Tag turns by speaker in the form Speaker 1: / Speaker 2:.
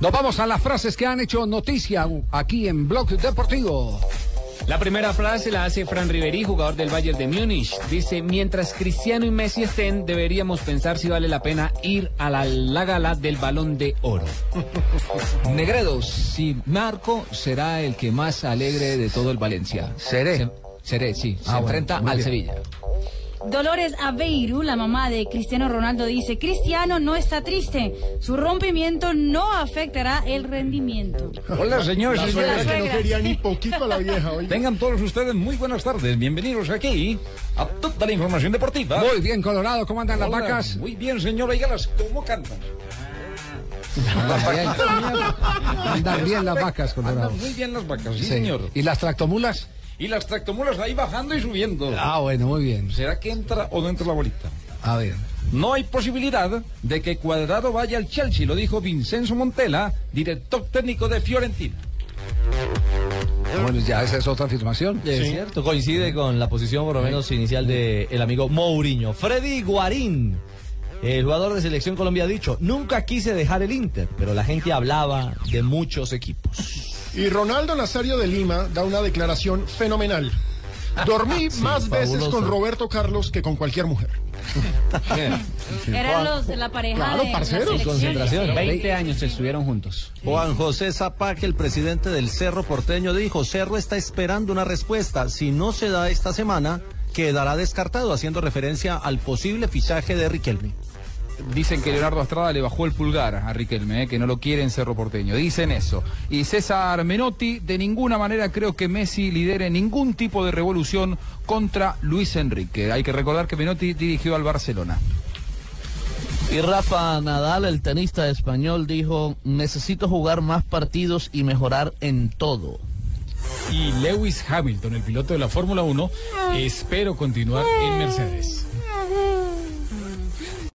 Speaker 1: Nos vamos a las frases que han hecho noticia aquí en Blog Deportivo.
Speaker 2: La primera frase la hace Fran Riveri, jugador del Bayern de Múnich. Dice, mientras Cristiano y Messi estén, deberíamos pensar si vale la pena ir a la, la gala del balón de oro.
Speaker 3: Negredo, si Marco será el que más alegre de todo el Valencia.
Speaker 1: Seré.
Speaker 3: Se- seré, sí. Se
Speaker 1: Ah, bueno,
Speaker 3: enfrenta
Speaker 1: muy
Speaker 3: al
Speaker 1: bien.
Speaker 3: Sevilla.
Speaker 4: Dolores Aveiru, la mamá de Cristiano Ronaldo, dice, Cristiano no está triste, su rompimiento no afectará el rendimiento.
Speaker 1: Hola, señores. y
Speaker 4: suegra
Speaker 1: señores.
Speaker 4: que no suegra. quería ni
Speaker 5: poquito a la vieja hoy.
Speaker 6: Tengan todos ustedes muy buenas tardes. Bienvenidos aquí a toda la información deportiva.
Speaker 1: Muy bien, Colorado. ¿Cómo andan las
Speaker 6: Hola,
Speaker 1: vacas?
Speaker 6: Muy bien, señora. Dígalas, ¿cómo cantan?
Speaker 1: Andan bien las vacas, Colorado.
Speaker 6: Andan muy bien las vacas, sí,
Speaker 1: Pues Sí.
Speaker 6: señor.
Speaker 1: ¿Y las tractomulas?
Speaker 6: Y las tractomulas ahí bajando y subiendo.
Speaker 1: Ah, bueno, muy bien.
Speaker 6: ¿Será que entra o no entra la bolita?
Speaker 2: Ah,
Speaker 1: A ver.
Speaker 6: No hay posibilidad de que Cuadrado vaya al Chelsea, lo dijo Vincenzo Montella, director técnico de Fiorentina.
Speaker 1: Bueno, ya esa es otra afirmación.
Speaker 3: Es cierto, coincide con la posición por lo menos inicial de el amigo Mourinho. Freddy Guarín, el jugador de Selección Colombia, ha dicho, nunca quise dejar el Inter, pero la gente hablaba de muchos equipos.
Speaker 5: Y Ronaldo Nazario de Lima da una declaración fenomenal. Dormí más veces
Speaker 3: fabuloso.
Speaker 5: con Roberto Carlos que con cualquier mujer.
Speaker 4: Eran los, la pareja
Speaker 5: Claro,
Speaker 4: de
Speaker 5: parceros,
Speaker 4: la selección.
Speaker 3: concentración.
Speaker 2: 20 años estuvieron juntos.
Speaker 7: Juan José Zapac, el presidente del Cerro Porteño, dijo, Cerro está esperando una respuesta. Si no se da esta semana, quedará descartado, haciendo referencia al posible fichaje de Riquelme.
Speaker 2: Dicen que Leonardo Estrada le bajó el pulgar a Riquelme, eh, que no lo quiere en Cerro Porteño. Dicen eso. Y César Menotti, de ninguna manera creo que Messi lidere ningún tipo de revolución contra Luis Enrique. Hay que recordar que Menotti dirigió al Barcelona.
Speaker 8: Y Rafa Nadal, el tenista español, dijo, necesito jugar más partidos y mejorar en todo.
Speaker 9: Y Lewis Hamilton, el piloto de la Fórmula 1, espero continuar en Mercedes.